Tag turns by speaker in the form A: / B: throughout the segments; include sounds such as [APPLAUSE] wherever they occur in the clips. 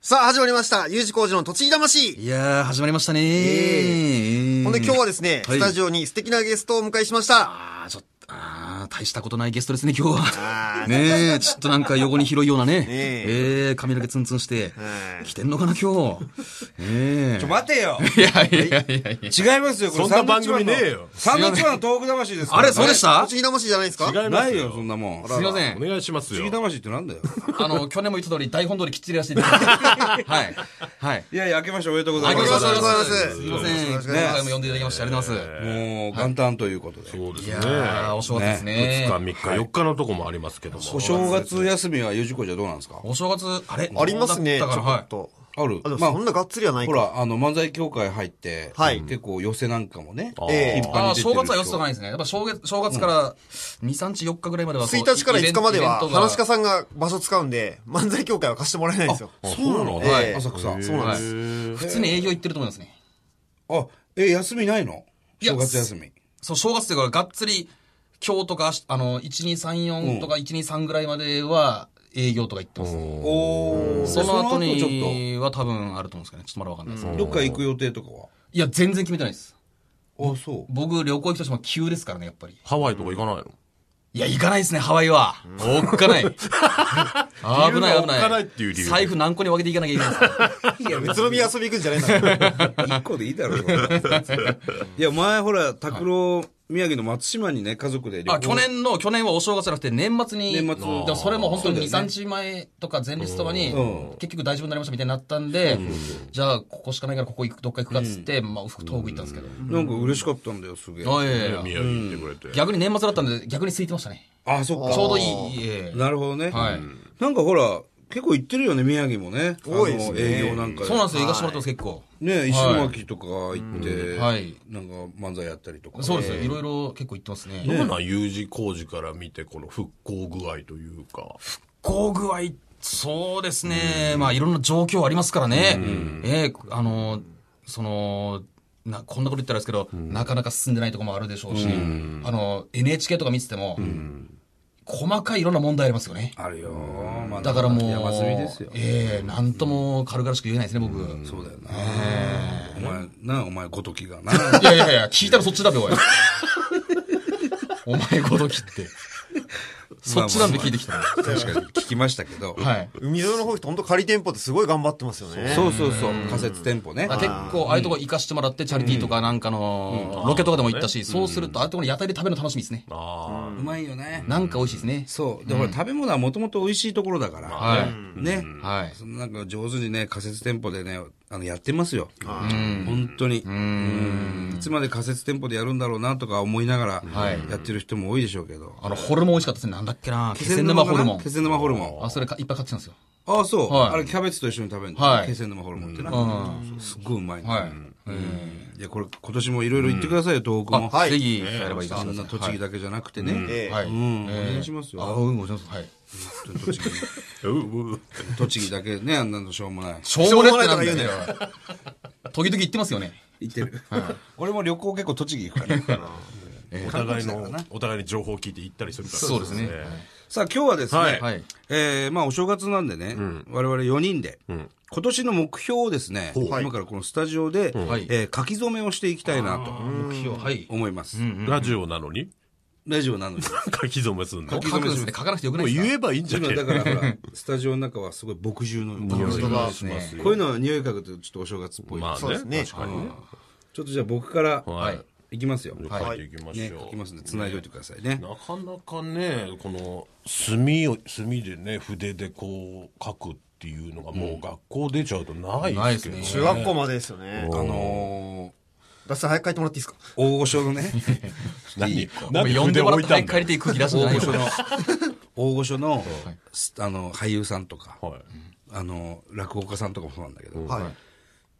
A: さあ、始まりました。U 字工事の栃木魂。
B: いやー、始まりましたねー。えー
A: ほんで今日はですね、
B: はい
A: スタジオに素敵なゲストをお迎えしました。
B: あー、ちょっと、あー、大したことないゲストですね、今日
A: [LAUGHS] あ
B: は。
A: ー
B: ねえ、ちょっとなんか横に広いようなね。
A: え
B: えー、髪の毛ツンツンして
A: は。い
B: 来てんのかな、今日。ええ
C: ちょ、待てよ。
B: いやいやいやいやいや。
C: 違いますよ、これ。
D: そんな番組ねえよ
C: サンドウィッチマンのトーク魂ですから
B: あれ、そうでした
A: 栃木魂じゃないですか
D: 違いま
C: な
D: す
C: い
D: よ。
C: よ、そんなもん。
B: すいませ
D: お
B: ん。
D: 願いしま
C: 不
D: す
C: 思
D: よ
C: 議。魂ってなんだよ。
B: あの、去年も言った通り、台本通りきっちりやらせていただきます。
A: [LAUGHS]
B: はい。はい。
C: いやいや、明けましておめでとうござい
A: あ
C: ま
A: り
C: す。
A: がとうございますす。
B: いません。
A: よろ
B: 今
A: しくお願いしま
B: 回
A: す
B: も呼んでいただきまして、ありがとうございます。
C: もう、元旦ということで。
D: そうです
B: い
D: ね。
B: やー、お正月です
D: 2
B: ね
D: 日、。3日、4日のとこもありますけども。
C: お正月休みは、ゆじこじゃどうなんですか
B: お正月、あれ
A: ありますね、ち
B: だったか
A: ょ
B: ら
A: こ
B: は
A: っと。
C: ある
A: あ、でも
C: まあ
A: そんながっつりはないか
C: ほ。ら、あの、漫才協会入って、
A: はい
C: 結構寄せなんかもね、
D: ー
A: ええ
C: 頻繁
B: あ
C: に
B: あ、
C: 出てる
B: 正月はよしとかないですね。やっぱ正月正月から2、3日、4日ぐらいまではそう。
A: 1日から
B: イベ
A: 5
B: ン
A: 日までは、
B: イベントが
A: 話し家さんが場所使うんで、漫才協会は貸してもらえないんですよ。
D: あそうなの
A: え
D: はい
A: え
C: 浅草。
A: そうなんです。
B: 普通に営業行ってると思いますね。
C: あ、え、休みないの
B: いや
C: 正月休み。
B: そう、正月っていうか、がっつり、今日とか、あの、1234とか123ぐらいまでは営業とか行ってますね。
C: おー
B: その後
C: ちょ
B: には多分あると思うんですけどね。ちょっとまだわかんないですけ
C: っと、
B: ど。
C: どっか行く予定とかはい
B: や、全然決めてないです。
C: あ、そう。
B: 僕、旅行行くとしても急ですからね、やっぱり。
D: ハワイとか行かないの
B: いや、行かないですね、ハワイは。おっかない。危ない、危
D: おっかないっていう
B: な
D: 理
B: い。
D: 由
B: 財布何個に分けていかなきゃいけないんですか
A: いや、宇都宮遊び行くんじゃないんだから。
C: 一個でいいだ
B: [LAUGHS]
C: ろ、それいや、前ほら、拓郎、宮城の松島にね、家族で旅行。
B: あ去年の、去年はお正月じゃなくて、年末に、
C: 年末
B: でもそれも本当に2、
C: そうだ
B: 3
C: よね
B: 日前とか前日とかに
C: う、
B: 結局大丈夫になりましたみたいになったんで、じゃあ、ここしかないからここ行く、どっか行くかっつって、まあ、東北行ったんですけど。
C: なんか嬉しかったんだよ、すげえ。
B: あいやいやいや
D: 宮城行ってくれて。
B: 逆に年末だったんで、逆に空いてましたね。
C: あ、そっか。
B: ちょうどいい。ええ
C: なるほどね。
B: はい
C: なんかほら、結構行ってるよね、宮城もね。
A: 多いですね
C: あの営業なんか
B: そうなんですよ、行かしてもらってます、結構。
C: ね、石巻とか行って、
B: はい
C: なんか漫才やったりとか。
B: そうですよ、いろいろ結構行ってますね。
D: どうなん U 字工事から見て、この復興具合というか。
B: 工具合、そうですね。まあ、いろんな状況ありますからね。ええあの、その、な、こんなこと言ったらですけど、なかなか進んでないところもあるでしょうし、あの、NHK とか見てても、細かいいろんな問題ありますよね。
C: あるよ。まあ
B: だからもう、
C: 山積みですよ。
B: ええなんとも軽々しく言えないですね、僕。
C: そうだよな。お前、な、お前、ごときが
B: [LAUGHS]
C: な。
B: いやいやいや、聞いたらそっちだべ、
C: [LAUGHS]
B: おい。お前ごときって。そっちなんで聞いてきたの。
C: 確かに聞きましたけど。
B: はい。
A: 海沿いの方、ほんと仮店舗ってすごい頑張ってますよね。
C: そうそうそう。仮設店舗ね。
B: あ結構、ああいうとこ行かしてもらって、チャリティーとかなんかの、ロケとかでも行ったし、そうすると、ああいうとこに屋台で食べるの楽しみですね。
D: あ
C: うまいよね。
B: なんか美味しいですね。
C: そう。で、ほら、食べ物はもともと美味しいところだから。
B: はい
C: ね。
B: はい。
C: そのなんか上手にね、仮設店舗でね、あの、やってますよ。本当に。うんいつまで仮設店舗でやるんだろうなとか思いながら、やってる人も多いでしょうけど。
B: あの、ホルモン美味しかったですね。なんだっけな気
C: 気
B: 仙沼ホルモン
C: 気。仙沼ホルモン。
B: あ、それかいっぱい買ってたんですよ。
C: ああ、そう。
B: はい
C: あれ、キャベツと一緒に食べるの。
B: はい
C: 気仙沼ホルモンってな。
B: う
C: すっごいうまいの。
B: はい。
C: いや、これ、今年もいろいろ行ってくださいよ、東北も。
B: あ、
A: い
B: ぜひ、やればいいです
C: そんな栃木だけじゃなくてね。
A: ええ
B: はい。
C: う、
B: うんん
C: お願いします
B: あ、
C: よ。
B: うん、ごめんなさい。はい。
C: 栃木
D: あ。うう
C: 栃木だけね、あんなのしょうもない。
B: しょうもないってなんだよ。 [LAUGHS] 時々言ってますよね。
C: 行ってる。俺も旅行結構栃木行くから。 [LAUGHS]
D: お互いの、お互いに情報を聞いて行ったりするから。
B: そうですね
C: さあ今日はですね、
D: はい
B: はい。
C: えーまあお正月なんでね、我々4人で、
D: ん
C: 今年の目標をですね、
A: はい
C: 今からこのスタジオで、
B: はい
C: えー書き初めをしていきたいなと
B: 目標、はい。
C: 思います。
D: ラジオなのに
C: ラジオなのに。
D: 書き初めすん
B: 書
D: の
B: くんですね。書かなくてよくな
D: も
B: いうですか
D: 言えばいいんじゃ
C: 今
D: ね
C: だからほら、スタジオの中はすごい墨汁の匂いが。
B: そうですね。
C: こういうのは匂い嗅ぐとちょっとお正月っぽい。
D: ま
A: そうで
D: あ
A: す
D: ね、
A: ね
D: 確かにね。
C: ちょっとじゃあ僕から、
D: はい
C: い、きますよ。ね、
D: 書いていきましょう。
C: 書きますんで、繋いでおいてくださいね。
D: なかなかねこの墨を墨でね筆でこう書くっていうのがもう学校出ちゃうとない
B: ないです
D: で
B: す
D: けど、
B: ね
A: 中学校までですよね
C: あ。の
A: 出して早く帰ってもらっていいですか
C: ー、大御所のね、
D: 何
B: も
D: な
B: うん
D: で
B: 呼んで
D: 筆
B: もらっ
D: 置い
B: て
D: た
B: 早
D: ん
B: く帰
D: だ
B: り
D: よ
B: ていく気出すんじゃ
C: 大
B: ないよ
C: 御所の、 [LAUGHS] 大御所の、すあの、俳優さんとか、
D: はい
C: あの、落語家さんとかもそうなんだけど、
A: はい。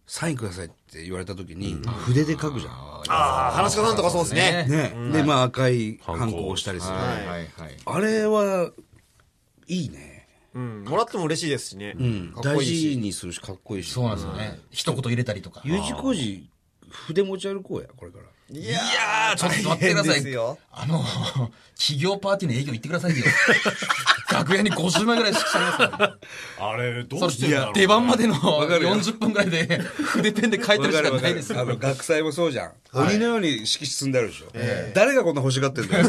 C: サインくださいって言われた時に、筆で書くじゃ
A: ああ、話し家さんとかそうですね。
C: ん。ね。で、まあ赤い
D: ハンコ
C: ハンコを押したりする。
B: はいはいはい。
C: あれは、いいね。
A: うん。もらっても嬉しいですしね。
C: うん
A: かっ
C: 大
A: こいいし。
C: 事にするし、かっこいいし。
B: そうなんですよね。一言入れたりとか。い
C: U 字工事、筆持ち歩こうや、これから。
A: いや
B: [LAUGHS] やー、ちょっと待ってくだ
A: 大変
B: さ
A: です
B: い
A: よ。
B: あの、企業パーティーの営業行ってくださいよ。楽屋に50枚ぐらいしかないですからね
D: あれど
B: そう
D: してんだろ
B: し
D: う
B: て
D: ね
B: 出番までの
C: かるよ
B: 40分ぐらいで [LAUGHS] 筆ペンで書いてるしかないですよ
C: あの学祭もそうじゃん、鬼のように色紙積んであるでしょ、誰がこんな欲しがってんだよ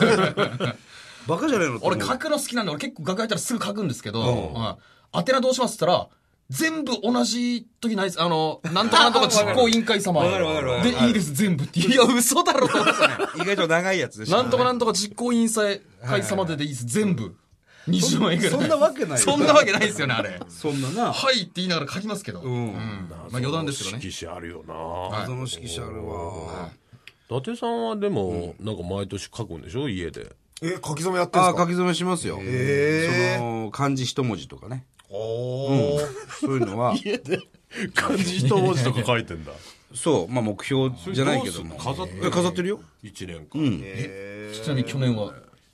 C: バカじゃねえのって思う
B: 俺書くの好きなんで俺結構楽屋行ったらすぐ書くんですけど、うん宛名どうしますって言ったら全部同じ時ないですあのなんとかなんとか実行委員会様
C: わかるわかるわかる
B: でいいです全部っていや嘘だろと思ってたね
C: 意外と長いやつでしょ
B: なんとかなんとか実行委員会様ででいいです全部20枚ぐらい
C: そんなわけないよ
B: そんなわけないですよねあれ
C: そんなな
B: はいって言いながら書きますけど、
C: う
B: ま
C: ん、
B: あ余談ですけどね
D: 色紙あるよな、
C: 謎の指揮者あるわ
D: 伊達さんはでも、なんか毎年書くんでしょ家で
A: え、書き初めやってん
C: あ
A: す
C: あ
A: か
C: 書き初めしますよ
A: へー
C: その漢字一文字とかね
A: おー
C: そう [LAUGHS] いうのは
D: 家で漢字一文字とか書いてん [LAUGHS] だ
C: そうまあ目標じゃないけども
D: 飾って
C: え飾ってるよ
D: 1年間、
B: ちなみに去年は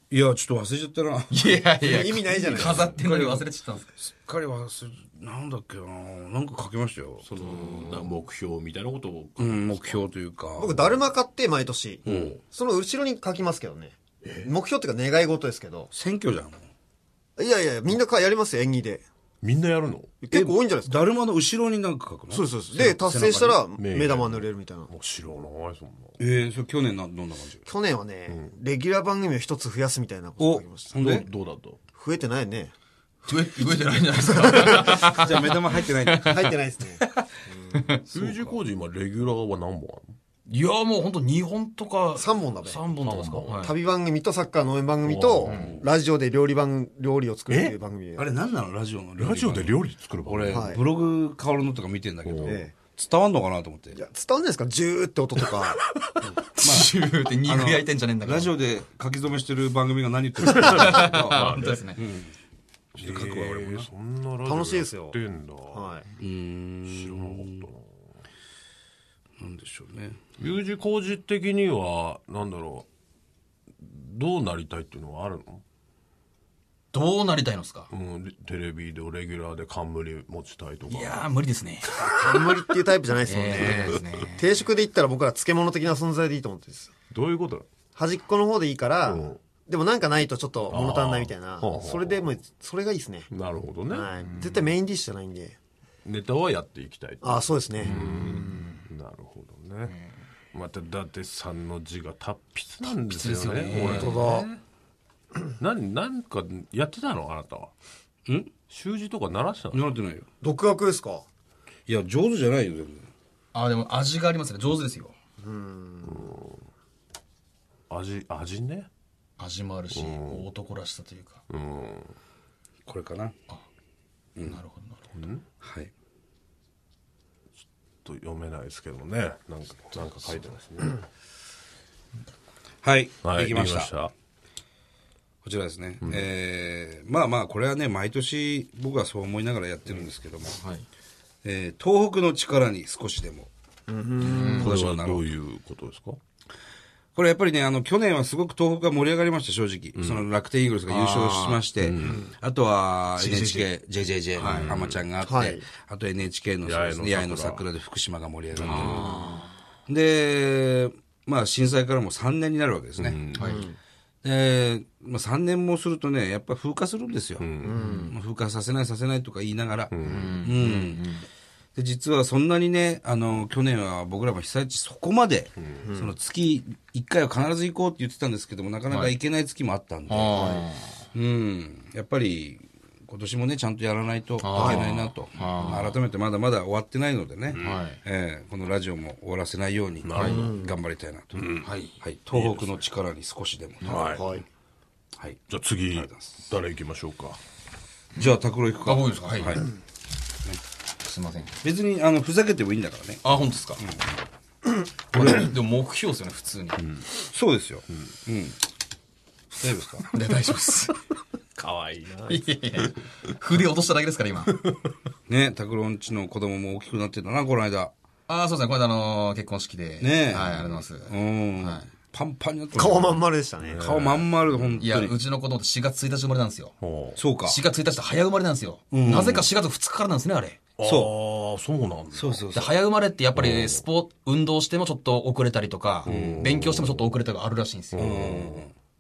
B: い
C: やちょっと忘れちゃったな
B: [LAUGHS]
C: す
B: いやいや
A: 意味ないじゃないですか
B: 飾ってんのに忘れちゃったん [LAUGHS] です
C: っかり忘れなんだっけななんか書きましたよ
D: そのな目標みたいなことを、
C: うん目標というか
A: 僕、だるま買って、毎年。その後ろに書きますけどね。目標っていうか願い事ですけど。
C: 選挙じゃん
A: いやいや、みんなかやりますよ、演技で。
D: みんなやるの
A: 結構多いんじゃないですか
C: だるまの後ろになんか書くの
A: そうですそうです。で、達成したら、
D: に
A: 目玉塗れるみたいな。
D: もう知らないそんな
C: ええそれ去年などんな感じ
A: 去年はね、レギュラー番組を一つ増やすみたいなこと
C: お
A: を書きました。
C: ほんで
D: どうだと
A: 増えてないね。
B: 増え増えてないんじゃないですか
C: じゃあ目玉入ってないんだ
A: 入ってないです [LAUGHS] ね。
D: 数字工事今レギュラーは何本ある
B: いやもう本当2本とか
A: 3本だべ。
B: 三本とかですか、はい
A: 旅番組とサッカーの応援番組と、ラジオで料理番、料理を作るっていう番組で
C: [LAUGHS] あれ何なのラジオの
D: のラジオで料理作るば
C: 俺、
A: はい
C: ブログ変わるのとか見てんだけど、
A: ええ
C: 伝わんのかなと思って
A: いや、伝わんないですかジューって音とか。
B: シューって肉焼いてんじゃねえんだから
C: ラジオで書き初めしてる番組が何言ってるか分かんないけど [LAUGHS]
B: あ本当ですね、
C: ちょっと書くわ俺もな
D: そんなラジオ
A: 楽しいですよ
D: やってん
A: [LAUGHS]
D: だ、
A: はい。
D: 知らなかった
C: な
D: な
C: んでしょうね
D: U 字工事的にはなんだろうどうなりたいっていうのはあるの
B: どうなりたいのですか
D: うん、テレビでレギュラーで冠持ちたいとか
B: いやー無理ですね
A: 冠っていうタイプじゃないですもんね。
B: ええですね
A: 定食で言ったら僕ら漬物的な存在でいいと思ってるんですよ
D: どういうことだ
A: 端っこの方でいいから、
D: うん
A: でもなんかないとちょっと物足んないみたいな
D: あー
A: それでもうそれがいいですね、
D: なるほどね、
A: はい、絶対メインディッシュじゃないんで
D: ネタはやっていきたい
A: ああそうですね
D: なるほどね、また伊達さんの字が達筆なんですよ
B: 達筆
D: ね
B: ですよね
D: 俺
A: 本
D: 何なんかやってたのあなたは
C: ん
D: 習字とか鳴らしたの
C: 習ってないよ
A: 独学ですか
C: いや上手じゃないよ全然
B: あーでも味がありますね上手ですよ
D: 味味ね
B: 味もあるし、こう男らしさというか、
C: これかな
B: なるほどなるほ
C: はい
D: と読めないですけどねなんかなんか書いてますね、
C: はい、
D: [CLEARS THROAT] は
C: できました
D: た
C: こちらですね、えーまあまあこれはね毎年僕はそう思いながらやってるんですけども、
B: どはい
C: えー東北の力に少しでも
D: こ
C: 今
D: れ
C: 年も
D: は
C: な
D: どういうことですか
C: これやっぱりね、あの、去年はすごく東北が盛り上がりました、正直。その楽天イーグルスが優勝しまして、あ,、とは NHK、JJJ、アマちゃんがあって、
A: はい
C: あと NHK のそうですね
D: 八
C: 八重
D: 重
C: の
D: の桜
C: 桜で福島が盛り上がってる。で、まあ震災からもう3年になるわけですね。
B: はい、
C: で、まあ、3年もするとね、やっぱ風化するんですよ。まあ風化させないさせないとか言いながら。うんで実はそんなにね、あの、去年は僕らも被災地そこまで、その月1回は必ず行こうって言ってたんですけども、なかなか行けない月もあったんで、
B: あ
C: うん、やっぱり今年もね、ちゃんとやらないといけないなと。まあ改めてまだまだ終わってないのでね、
B: はい
C: えーこのラジオも終わらせないように頑張りたいなと。
B: ーはい
C: はい、東北の力に少しでもと。
D: はい、
A: はい
C: はい
D: じゃあ次誰行きましょうか
C: じゃあ、拓郎行くか。
B: あ僕ですかはい
C: はい
B: すいません
C: 別に、あの、ふざけてもいいんだからね。
B: あ本当ですか、これでも目標ですよね普通に、
C: そうですよ。うん。大丈夫ですか
B: で大丈夫です
D: かわいいない
B: やいや筆落としただけですから
C: [LAUGHS]
B: 今
C: [LAUGHS] ね、拓郎んちの子供も大きくなってたな、この間。
B: ああそうですねこれであのー結婚式で
C: ねえ
B: はいありがとうございます、
C: うん。
B: はい
C: パンパンになってた
A: 顔まん丸でしたね
C: 顔まん丸、本
B: いや、
C: 当に。
B: うちの子供って4月1日生まれなんですよ。
C: そうか。
B: 4月1日って早生まれなんですよ。なぜか4月2日からなんですね、あれ。
D: そうそうなんだ
C: そうそう
B: で、
C: そう。
B: 早生まれってやっぱりスポ、運動してもちょっと遅れたりとか、勉強してもちょっと遅れたりとかあるらしいんですよ。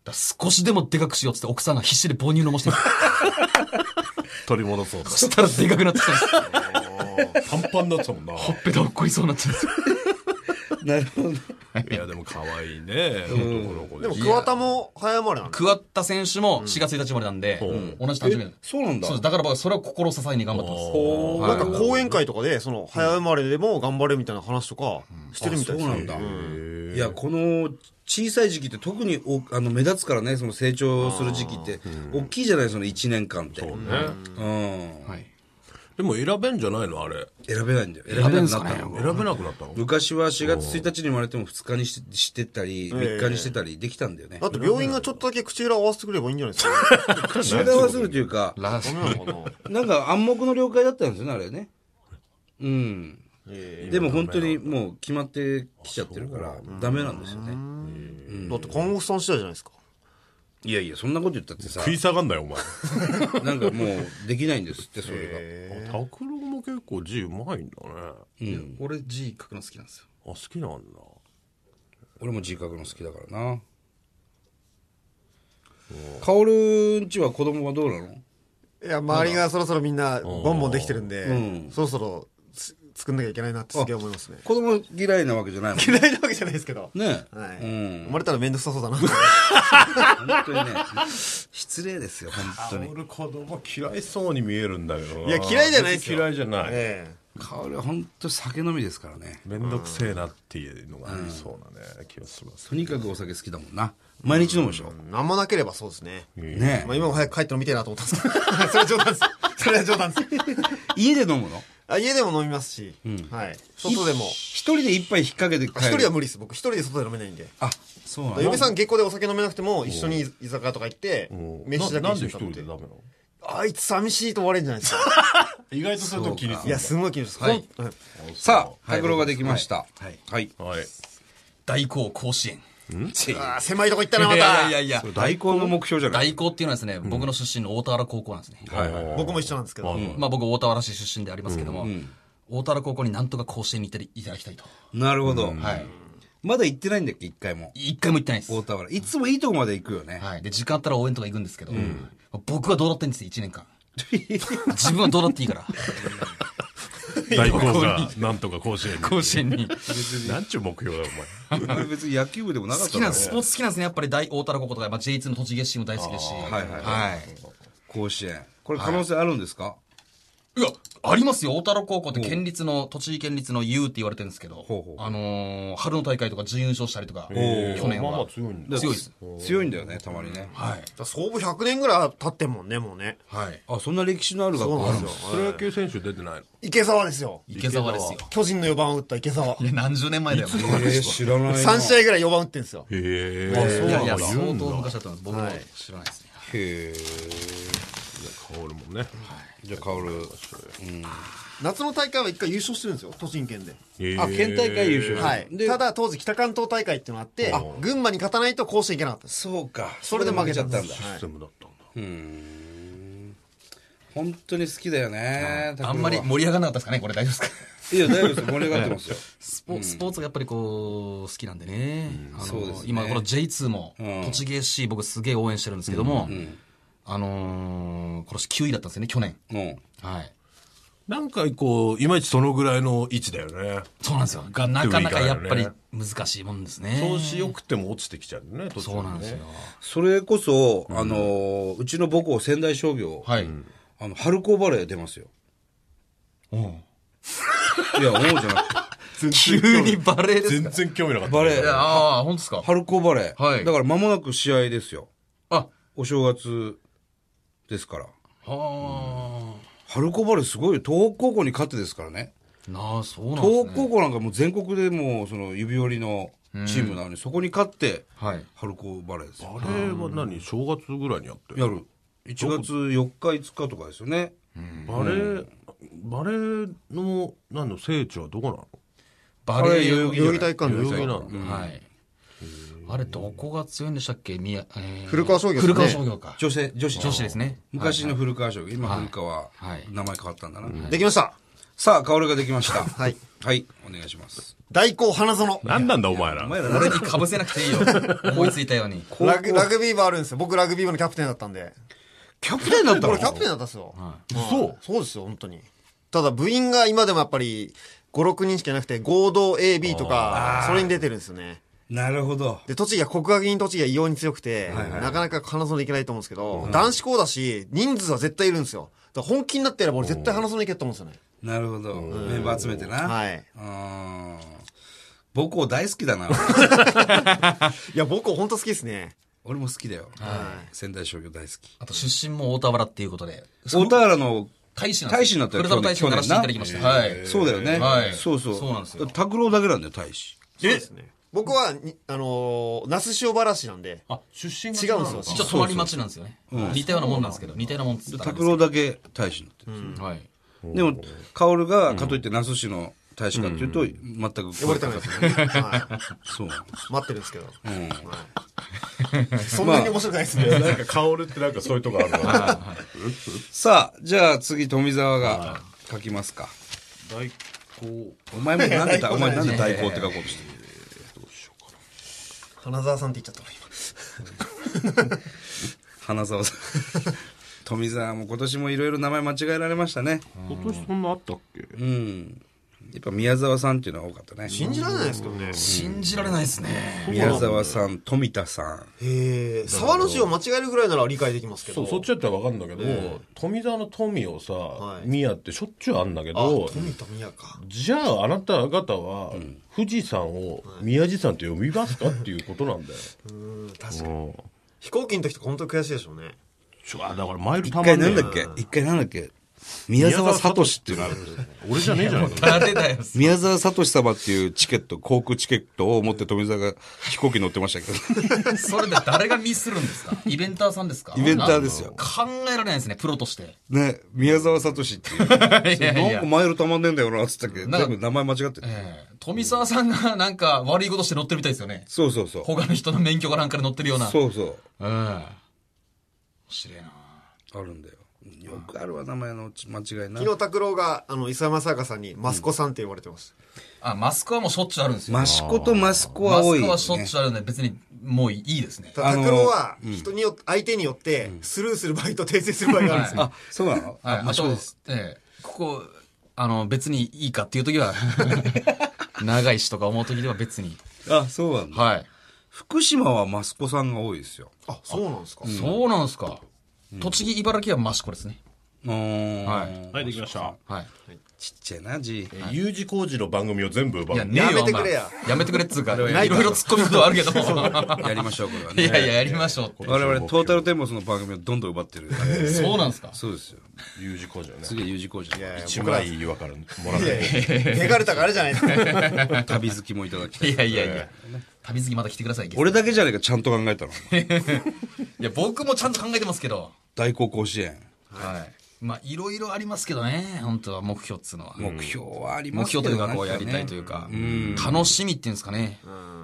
B: だ少しでもでかくしようっつって奥さんが必死で母乳飲ましてた
D: 取り戻そうと
B: そしたらでかくなってきたん
C: [LAUGHS]
B: です
D: パンパンになってたもんな
B: ほっぺた落っこりそうになっちゃうんですよ
C: なるほどね。
D: いやでも可愛いね男の子
A: で
D: で
A: も、桑田も早生まれなんだ。
B: 桑田選手も4月1日生まれなんで、同じ誕生日なんです
C: そうなんだ。
B: そうですだから僕はそれを心支えに頑張ってます
A: なんか講演会とかで、その、早生まれでも頑張れみたいな話とかしてるみたいです
C: あそう
A: ね。
C: なんだ。いや、この小さい時期って特におあの目立つからね、その成長する時期って、大きいじゃない、その1年間って。う
D: ね
C: ん。
B: はい
D: でも選べんじゃないのあれ
C: 選べないんだよ。選
B: 選
C: べ
B: べ
C: なんく
B: す
C: なっ
B: かね
C: たの。
D: 選べなくなったの
C: 昔は4月1日に生まれても2日にししてたり、3日にしてたりできたんだよね
A: だ。って病院がちょっとだけ口裏合わせてくればいいんじゃないですか。
C: 口裏合わせるというか、
B: ラ
A: ダ
B: ス
A: メな [LAUGHS] のかな
C: なんか暗黙の了解だったんですよね、あれね。うん。
A: え
C: でも本当にもう決まってきちゃってるから、ダメなんですよね。
A: えだって看護婦さん次第じゃないですか。
C: いやいや、そんなこと言ったってさ
D: 食、い下がんなよお前
C: なんかもうできないんですって、それ
D: 拓郎も結構字うまいんだね
C: が。うん。
B: 俺字書くの好きなんですよ
D: あ好きなんだ
C: 俺も字書くの好きだからな。カオルんちは子供はどうなの
A: いや、周りがそろそろみんな、ボンボンできてるんで、そろそろつ作んなきゃいけないなってすげえ思いますね。
C: 子供嫌いなわけじゃないもんね。
A: 嫌いなわけじゃないですけど。
C: ね
A: は
C: う
A: い。
C: ん
A: 生。まれたらめんどくさそうだ [LAUGHS] な。
C: 本当に [LAUGHS] ね、失礼ですよ、本当に。
D: 俺子供嫌いそうに見えるんだけどない
A: や嫌いじゃないですよ
D: 嫌いじゃない
A: ええ
C: カオルは本当酒飲みですからね。
D: 面倒くせえなっていうのがありそうなね気がします
C: とにかくお酒好きだもんな。毎日飲むでしょ。
A: なんもなければそうですね。
C: ね
A: まあ今も早く帰って飲みてえなと思ったんですけど。 [LAUGHS] それは冗談です。それは冗談です。
C: 家で飲むの
A: あ家でも飲みますし、はい。外でも。
C: 一人で一杯引っ掛けて帰
A: 一
C: る。
A: 人は無理です。僕一人で外で飲めないんで。
C: あ、そうなんだ。
A: 嫁さん結構でお酒飲めなくても、一緒に居酒屋とか行って、飯だけ
D: ななん
A: 一緒に
D: で一
A: 食
D: 人
A: べて
D: でダ。メなの
A: あいつ寂しいと思われるんじゃないですか。
D: 意外とそういうとこ気にす
A: い
D: る
A: や、すごい気持ちです。
C: はい
A: ほんはい
C: さあ、拓郎ができまし
B: は
C: た。
B: い
C: はい。
D: はい
B: 大行甲子 [LAUGHS] 園
A: あー狭いとこ行ったな、ま
B: いやいや
A: た。
B: いや
C: それ大根の目標じゃない
B: 大行っていうのはですね、僕の出身の大田原高校なんですね、
D: はいはいはい
A: 僕も一緒なんですけど。
B: まあ僕大田原市出身でありますけども、大田原高校になんとか甲子園に行っていただきたいと
C: なるほど。
B: はい
C: まだ行ってないんだっけ、一回も。
B: 一回も行ってないです
C: 大田原。いつもいいとこまで行くよね。
B: はい、で時間あったら応援とか行くんですけど、僕はどうだってんですよ1年間 [LAUGHS] 自分はどうだっていいから
D: [LAUGHS] 大根がなんとか甲子園に
B: 甲子園に
D: なんちゅう目標だよお前
C: あれ [LAUGHS] 別に野球部でもなか
B: 好
C: った
B: き
C: か
B: な
C: ら
B: んですスポーツ好きなんですねやっぱり大大田原高校とか、まあ、J2 の栃木 SC も大好きですし
C: はいはい
B: はい
C: 甲子園。これ可能性あるんですか
B: いや、ありますよ。大田原高校って県立の、栃木県立の U って言われてるんですけど、
C: ほうほう
B: あのー春の大会とか準優勝したりとか、去
D: [LAUGHS]
B: 年
D: まあまあ
B: は。
D: 強いんだ
C: だか
B: 強
C: ら
B: いです
C: 強いんだよね、たまにね。
B: はい。
A: 創部100年ぐらい経ってんもんね、もうね。
B: はい。
C: あ、そんな歴史のある学
A: そう
C: 校あ
A: な
C: る
A: ん
C: ん
A: で
C: です
A: すよ。
D: プロ野球選手出てないの
A: 池沢ですよ。
B: 池澤ですよ。
A: 巨人の4番を打った池沢。
B: いや、何十年前だよ。
C: えー、知らないな。
A: 3試合ぐらい4番打ってんですよ。
D: へ
B: い
D: え
B: やいや、相当昔だったんです。僕も知らないですね。
C: へえ。
D: 薫もね
C: じゃあ、カオル。
A: 夏の大会は一回優勝してるんですよ、栃木県で。
D: へえ
C: あ、県大会優勝。
A: はい。
C: で
A: た、だ当時北関東大会っていうのがあって、群馬に勝たないと甲子園行けなかったんです。
C: そうか。
A: それで負けちゃったんだ。
D: シ
A: は
D: ス
A: い
D: テムだったんだ
C: 本当に好きだよね。
B: あんまり盛り上がらなかったですかね、これ大丈夫ですか
C: いや、大丈夫です。盛り上がってますよ。
B: スポスポーツがやっぱりこう、好きなんでね。あの
C: そうですね
B: 今、この J2 も、栃木 SC 僕すげえ応援してるんですけども、あのー、今年9位だったんですよね、去年。
C: うん。
B: はい。
D: なんかこういまいちそのぐらいの位置だよね
B: そうなんですよ。がなかなかやっぱ
D: い
B: り
D: か
B: 難しいもんですね。
D: 調子良くても落ちてきちゃうね途中
B: そうなんですよ。
C: それこそ、あのー、うちの母校仙台商業、
B: はい。
C: あの、春高バレー出ますよ。
B: うん
C: いや、思うじゃなくて。
B: 急にバレーです
D: 全
B: か
D: 然興味なかった
C: バレ
B: いや
C: ー、
B: ああ、本当ですか
C: 春高バレー。
B: はい
C: だから間もなく試合ですよ。
B: あ、は
C: お正月ですから。
B: あ。
C: 春高バレーすごいよ。東北高校に勝ってですからね。
B: なあ、そうなんです
C: 東
B: ね。
C: 北高校なんかもう全国でもう、その指折りのチームなのに、そこに勝って、
B: はい。
C: 春高バレーですよ。
D: あれは何正月ぐらいにやってる
C: やる。1月4日、5日とかですよね。
D: バレー、バレーの何の聖地はどこなの
B: バレー
C: 代
B: 代
C: 々
B: 々木
C: 木じゃ
A: 代々木体育館です
C: ない
D: 代
A: よ。
D: 々木なの
B: はい。あれ、どこが強いんでしたっけ宮、えー
A: 古川商業です
B: 古
A: ね
B: 川商業か。
C: 女性、女子。
B: 女子ですね
C: 昔の古川商業。今古川、
B: はい
C: 名前変わったんだな。
A: できました。
C: さあ、薫ができました。 [LAUGHS]
A: はい。
C: はい、お願いします。
A: 大高花園。
E: 何なんだお前ら
C: お前ら
B: 俺にかぶせなくていい [LAUGHS] よ。思いついたように。
A: ラグラグビー部あるんですよ。僕ラグビー部のキャプテンだったんで。
C: キャプテンだった
A: 俺キャプテンだったんですよ。
D: 嘘
A: はいそうですよ、本当に。ただ部員が今でもやっぱり5、6人しかいなくて合同 AB とか、それに出てるんですよね。
C: なるほど。
A: で、栃木は国学院栃木が異様に強くて、なかなか花園いけないと思うんですけど、男子校だし、人数は絶対いるんですよ。だから本気になってやれば俺絶対花園いけると思うんですよね。
C: なるほど。メンバー集めてな。
A: はいう
C: ーん。母校大好きだな。俺
A: いや、僕本当好きですね。
C: 俺も好きだよ。仙台商業大好き。
B: あと出身も大田原っていうことで。
C: 大田原の
B: 大使なんです
C: 大使になったよ
B: 黒田の大使にならせていただきました。はい。
C: そうだよね。
B: はい
C: そうそう。
B: そうなんですよ
C: 拓郎だけなんだよ、大使。
A: そうですね。僕はに、あのー那須塩原市なんで、
D: あ、出身
A: 違うんですよ。
B: 一応泊まり町なんですよね。似たようなもんなんですけど、似たようなもんっつったらあれで
C: 拓郎だけ大使になってる。
B: すけどはい。
C: でも、薫が、かといって那須市の大使かっていうと、全く。
A: 呼ばれてないですよね。 [LAUGHS] はい
C: そう。
A: 待ってるんですけど。はいそんなに面白くないですね。
E: なんか薫ってなんかそういうとこあるな
C: さあ、じゃあ次、富澤が書きますか。
D: 大高。
C: お前もなんでだ、お前なんで代行って書こうとしてる
A: 花沢さんって言っちゃった今
C: 花澤さん。富澤も今年もいろいろ名前間違えられましたね。
D: 今年そんなあったっけ
C: うん。やっぱ宮沢さんっていうのは多かったね。
A: 信じられないですけどね。
B: [LAUGHS] 信じられないですね。
C: 宮沢さん、富田さん。
A: へえ、沢の字を間違えるぐらいなら理解できますけ
D: そ
A: ど。
D: うそっちだったらわかるんだけど、富澤の富をさ、
A: い
D: 宮ってしょっちゅうあんだけ
A: あ、
D: ど
A: 富田宮か。
D: じゃああなた方は富士山を宮地さんって呼びますかっていうことなんだよ、
A: うん、確かに。
D: [LAUGHS] うん、
A: 飛行機の時とか本当に悔しいでしょうね。
D: ちょあだからマイル
C: 一
D: たま
C: 回
D: んね
C: な
D: え
C: んだっけ一回なんだっけ宮沢聡っていうのある。
D: 俺じゃねえじゃない
B: [LAUGHS]
D: か
B: あれだよ。
C: 宮沢聡様っていうチケット、航空チケットを持って富澤が飛行機に乗ってましたけ
B: [LAUGHS]
C: ど。
B: それで誰がミスるんですか [LAUGHS] イベンターさんですか
C: イベンターですよ
B: なん考えられないですね、プロとして。
C: ね、宮沢聡っていう。
B: いやい
C: なん
B: や
C: か。マイルたまんねえんだよな、っつったっけど、
B: なんか
C: 全部名前間違ってる。
B: ええ富澤さんがなんか悪いことして乗ってるみたいですよね。
C: そうそうそう。
B: 他の人の免許かなんかで乗ってるような。う。
C: そうそ
B: ん。面白いな
C: う。あるんだよ。よくあるわ、名前の間違いな。
A: 昨日拓郎が、あの、磯山さやかさんに、マスコさんって呼ばれてます。
B: あ、マスクはもうしょっちゅうあるんですよ。
C: マシコとマスコ
B: マ
C: は
B: ス
C: 多い、
B: ク
C: ね。
B: はしょっちゅうあるんで、別にもういいですね。
A: た
C: あ
A: だ
C: の
A: 拓郎は、人によって、相手によって、スルーする場合と訂正する場合があるんですよ。
C: あ、そうなの
B: はい、あと、ええここ、あの、別にいいかっていう時は、長いしとか思う時では別に。
C: あ、そうなんだ。
B: はい。
C: 福島はマスコさんが多いですよ。
A: あ、そうなんですか。
B: そうなんですか。栃木、茨城はマシコですね。
C: うーん。
B: はい
E: はいできました
B: はい。
C: ちっちゃいな、じ。
E: U 字工事の番組を全部奪う
B: いや、ねえよ
A: やめてくれや
B: あんなやめてくれっつうか、いろ
A: ない
B: いろ突っ込みことはあるけども。
C: やりましょう、これはいね。
B: [LAUGHS] やいや、やりましょうって。
C: 我々、トータルテンボスの番組をどんどん奪ってる。
B: そうなんですか。
C: [LAUGHS] そうですよ。
E: U 字工事をね
C: 次は U 字工事。
A: いやいや
E: 一
A: 僕ら、
E: 枚
A: い
E: 岩からもらっ
A: やい
E: て
A: や汚れたからあれじゃないですか。
C: 旅好きもいただきた
B: い
C: い。
B: やいやいや。旅好きまた来てください。ゲスト
C: [LAUGHS] 俺だけじゃねえか、ちゃんと考えたの。
B: いや、僕もちゃんと考えてますけど。
C: 大高甲子園。
B: はい。まあ、いろいろありますけどね、本当は目標っつうのは。
C: 目標はありま
B: 目
C: すけ
B: 標
C: ど
B: というか、
C: なん
B: こうやりたいというか、楽しみっていうんですかね。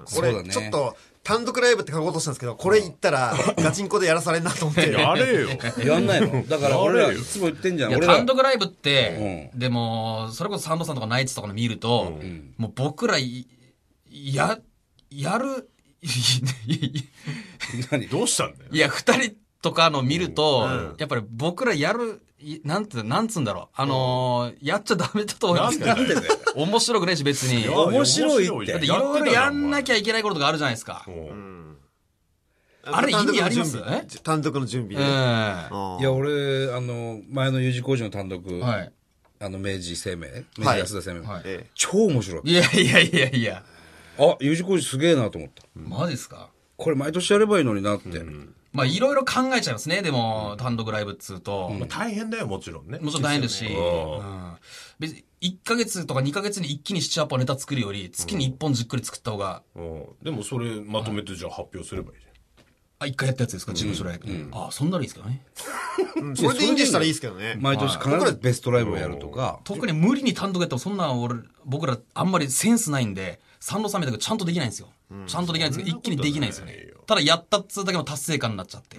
C: そうだ
A: 俺、
C: ね
A: ちょっと、単独ライブって書こうとしたんですけど、これ言ったら、ガチンコでやらされんなと思って。
E: やれよ
C: やんないのだから俺らいつも言ってんじゃ
B: い
C: ん。
B: や
C: 俺ら
B: 単独ライブって、でも、それこそサンドさんとかナイツとかの見ると、もう僕らい、や、やる、 [LAUGHS] いい
C: [LAUGHS] 何
E: どうしたんだよ
B: いや、二人とかの見ると、やっぱり僕らやる、いなんて、なんつうんだろう。あのー、やっちゃダメだと思いますけど
C: なんでだよ。
B: 面白くないし、別に。だ
C: 面白いって
B: っていろいろやんなきゃいけないことがあるじゃないですか。あれ意味ありますえ
A: 単独の準備
B: ええ
A: で。うん
C: いや、俺、あの、前の U 字工事の単独、
B: はい。
C: あの、明治生命、明治安田生命、
B: はい
A: ええ
C: 超面白い。
B: いやいやいやいや。
C: あ、U 字工事すげえなと思った。
B: マジですか
C: これ毎年やればいいのになって。
B: まあ、いろいろ考えちゃいますね。でも、単独ライブっつうと。
E: まあ大変だよもちろんね
B: もちろん大変ですし、うん別に1ヶ月とか2ヶ月に一気に7、8本ネタ作るより、月に1本じっくり作った方が、
E: うんでもそれまとめてじゃあ発表すればいいじゃん
B: あ、1回やったやつですか、事務所ライブ。あ、そんならいいですけどね。
A: うんそれでいいんでしたらいいですけどね。
C: 毎年必ずベストライブをやるとか、
B: 特に無理に単独やってもそんな俺、僕らあんまりセンスないんで、三郎さんみたいにちゃんとできないんですよ。ちゃんとできないんですけど、一気にできないんですよね。ただやったっつうだけの達成感になっちゃって。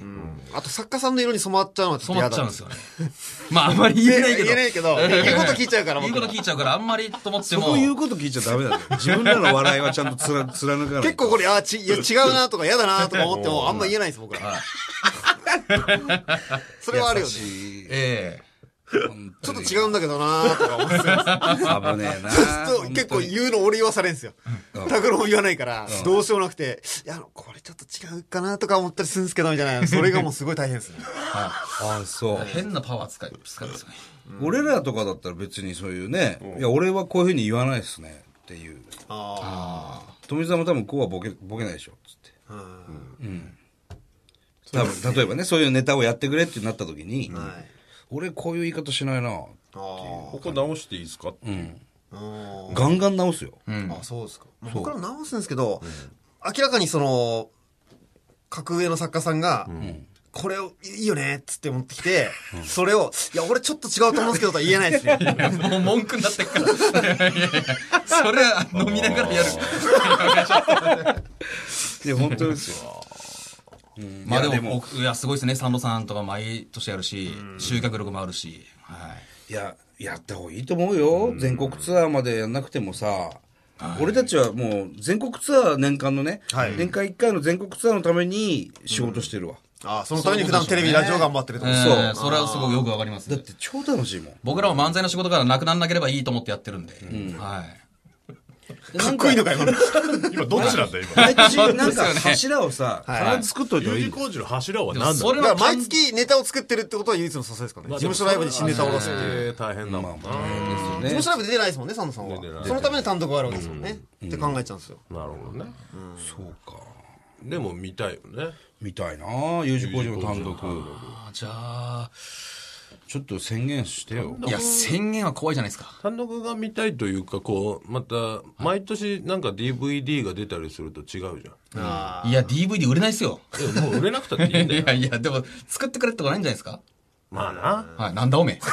A: あと作家さんの色に染まっちゃうのはちょっ
B: 染
A: と
B: ま
A: 嫌
B: っちゃ
A: だ
B: うんです [LAUGHS] よね。まああんまり言えないけど。
A: 言えないけど
B: ええ
A: 言うこと聞いちゃうから
B: 言うこと聞いちゃうから、あんまりと思って
C: そ
B: も。
C: こ言うこと聞いちゃダメ [LAUGHS] なんだよ。自分らの笑いはちゃんとつら貫かない。
A: 結構これ、あ、ち、いや違うなとか嫌だなとか思っても、あんま言えないんです、僕ら。 [LAUGHS] それはあるよね。ち
C: 優しい
B: え
A: ょっと違うんだけどなとか思ってたんですよ
C: 危ねえな。
A: そう結構
C: う。
A: 言うの俺言わされんすよ。拓郎も言わないから、どうしようもなくて、いや、あのこれちょっと違うかなとか思ったりするんですけど、みたいな。それがもうすごい大変ですね。
C: あ、そう
B: え。。変なパワー使い、使いですよね。
C: 俺らとかだったら別にそういうね、いや、俺はこういうふうに言わないですね。っていう。
A: あ
C: 富澤も多分こうはボケ、ボケないでしょ。つって。
A: あ。うん
C: 多分、例えばね、そういうネタをやってくれってなった時に、
A: はい
C: 俺こういう言い方しないな。
A: あ
E: ここ直していいですかって
A: あうん。
C: ガンガン直すよ。
A: あそうですか、まあ僕らも直すんですけど、明らかにその格上の作家さんが、これをいいよねっつって持ってきて、それを「いや俺ちょっと違うと思うんですけど」とは言えないですね
B: もう文句になってっから。い [LAUGHS] やいやいやそれは飲みながらやる。
C: いや、本当ですよ。
B: まあで
C: いやで
B: も、
C: も
B: 僕いや、すごいですね。三郎さんとか毎年やるし、集客力もあるし。はい
C: や、やった方がいいと思うよ。全国ツアーまでやんなくてもさ。俺たちはもう全国ツアー年間のね、
A: はい
C: 年間1回の全国ツアーのために仕事してるわ。
A: ああそのために普段テレビ、ラジオ頑張ってると
B: い。
A: 思
B: え
A: う、
B: ーそれはすごくよくわかります
C: だっ。て超楽しいもん。
B: 僕らは漫才の仕事からなくならなければいいと思ってやってるんで。はい。
A: かっこいいのかよこれ
E: 今どっちなんだよ今
C: 毎年なんか柱をさ、
A: はい
C: 必ず作っといた方
E: U
C: がいい
E: 字
C: よ。
E: 工事の柱は何なの
B: それ
A: だから
B: は
A: 毎月ネタを作ってるってことは唯一の支えですかね、事務所ライブに新ネタを出すっていう、
E: えー大変だもんな、
A: 事務所ライブ出てないですもんねサンドさんは、
E: 出てない
A: そのために単独があるわけですもんね、って考えちゃうんですよ
E: なるほどね、
C: そうか。
E: でも見たいよね
C: みたいな U 字工事の単独。
B: あじゃあ、
C: ちょっと宣言してよ。
B: いや、宣言は怖いじゃないですか。
E: 単独が見たいというかこうまた毎年なんか DVD が出たりすると違うじゃ
B: いや、DVD 売れないですよ。
E: ん、でももう売れなくたっていいん
B: い
E: だよ
B: やいや、でも、作ってくれってことないんじゃないですか
E: まあな
B: はい、なんだおめえ。
C: [LAUGHS]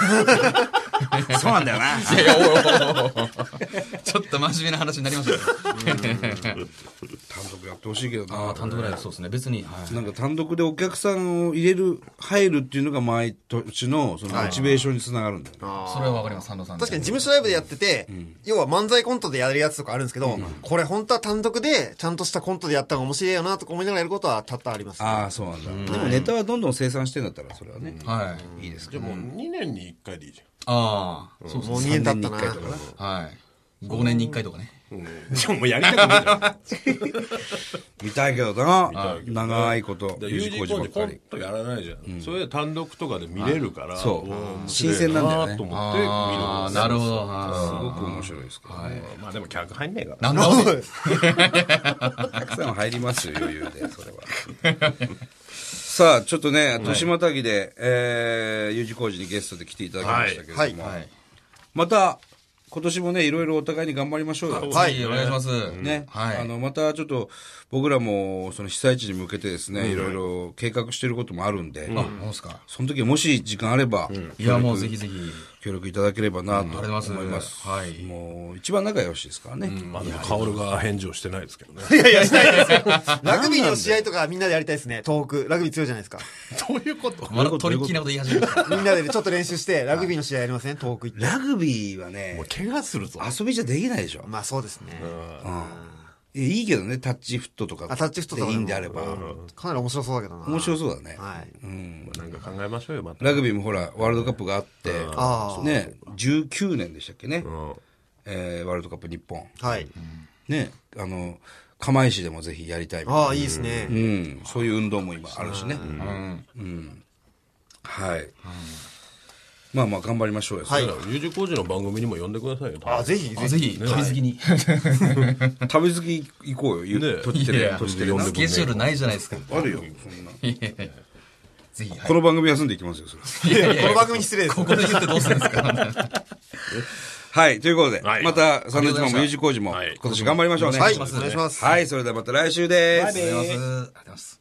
C: そうなんだよな。
B: いやいや、おいおいおいおいちょっと真面目な話になりましたね。
C: 単独やってほしいけど
B: ああー、。
C: な
B: 単独ライブそうですね。別に。はい
C: なんか単独でお客さんを入れる、入るっていうのが毎年のそのモチベーションにつながるんだよね。
B: それはわかります、三郎さんの。
A: 確かに事務所ライブでやってて、要は漫才コントでやるやつとかあるんですけど、これ本当は単独でちゃんとしたコントでやった方が面白いよなとか思いながらやることは多々あります、
C: ああ、そうなんだ。でもネタはどんどん生産してんだったら、それはね。
B: はい。
C: いいです
E: じ
C: け
E: ゃあ
C: ど。
E: もう2年に1回でいいじ
B: ああ、そうそう。
A: もう2年経ったな
C: 3年に一回とかな
B: はい。5年に1回とかね。
E: ゃん、うん、 [LAUGHS] じゃあもうやりたくないじゃんだ [LAUGHS] か
C: 見たいけどな。長いこと、
E: ら
C: U
E: U
C: 字
E: 字工
C: 工事ば
E: 事
C: っ
E: コ
C: か
E: ン
C: り。
E: トやらないじゃん、それで単独とかで見れるから、
C: そう
E: おー
C: 新鮮なんだよ
E: 面白
C: ね
E: いと思って見る
B: ああ、なるほど。
C: す
B: あ
C: ごく面白いですけどね。
E: まあでも客入んねえから
B: ーなんだおめえ。
C: お客さんは入りますよ、余裕で、それは。さあ、ちょっとね、豊島たぎで、えー、U 字工事にゲストで来ていただきましたけれども、
A: はい
B: はい。
C: また、今年もね、いろいろお互いに頑張りましょうよ。
A: は
B: はい、お願いします。
C: ね、
B: はい。
C: あのまたちょっと僕らもその被災地に向けてですね、いろいろ計画していることもあるんで、
B: あ、そうですか。
C: その時もし時間あれば、
B: いや、もうぜひぜひ。
C: 協力いただければなと
B: あり
C: 思い
B: が
C: ま
B: と
C: す
B: うございます。はい。
C: もう一番仲良しですからね、
E: まあでも薫が返事をしてないですけどね
A: ラグビーの試合とかみんなでやりたいですね、東北。ラグビー強いじゃないですか。
E: どういうこと
B: まだトリッキーなこと言い始めた。
A: みんなでちょっと練習して、ラグビーの試合やりません東北行って。
C: ラグビーはね
E: 怪我するぞ
C: 遊びじゃできないでしょ、
A: まあそうですね。
C: いやいいけどねタッチフットとか
A: あタッチフットとかで
C: でいい
A: も
C: んであれば、
A: かなり面白そうだけどな。
C: 面白そうだね、
A: はい。
E: なんか考えましょうよまた
C: ラグビーもほらワールドカップがあって、
A: ああ
C: ね19年でしたっけね、
E: うん
C: えーワールドカップ日本
A: はい。
C: ねあの釜石でもぜひやりたいみたいな
A: ああ、いいですね。
C: うん、そういう運動も今あるしね。うん。はい。まあまあ頑張りましょうよ。
A: はい。
E: U 字工事の番組にも呼んでくださいよ。
A: ああ、ぜひ
B: あ
A: ぜ
B: ぜ
A: ひ。
B: ひ、旅好きに。
C: 旅好き行こうよ。ゆ
E: ね
C: とって
B: いやい
C: る
B: や、
C: と
E: し
C: してて
E: る
C: る
E: な
B: スケジュールないじゃないですか。
C: あるよ、そんな。
B: ぜひ。はい
C: この番組休んでいきますよ、それは。
A: この番組に失礼です。
B: ここで言ってどうするんですか
C: はい、ということで、
E: はい
C: また3年間も U 字工事も
E: はい
C: 今年頑張りましょうね。
A: はい、
C: は
A: お
C: い
A: 願いします。
C: はい、それではまた来週です。
B: ありがとうございます。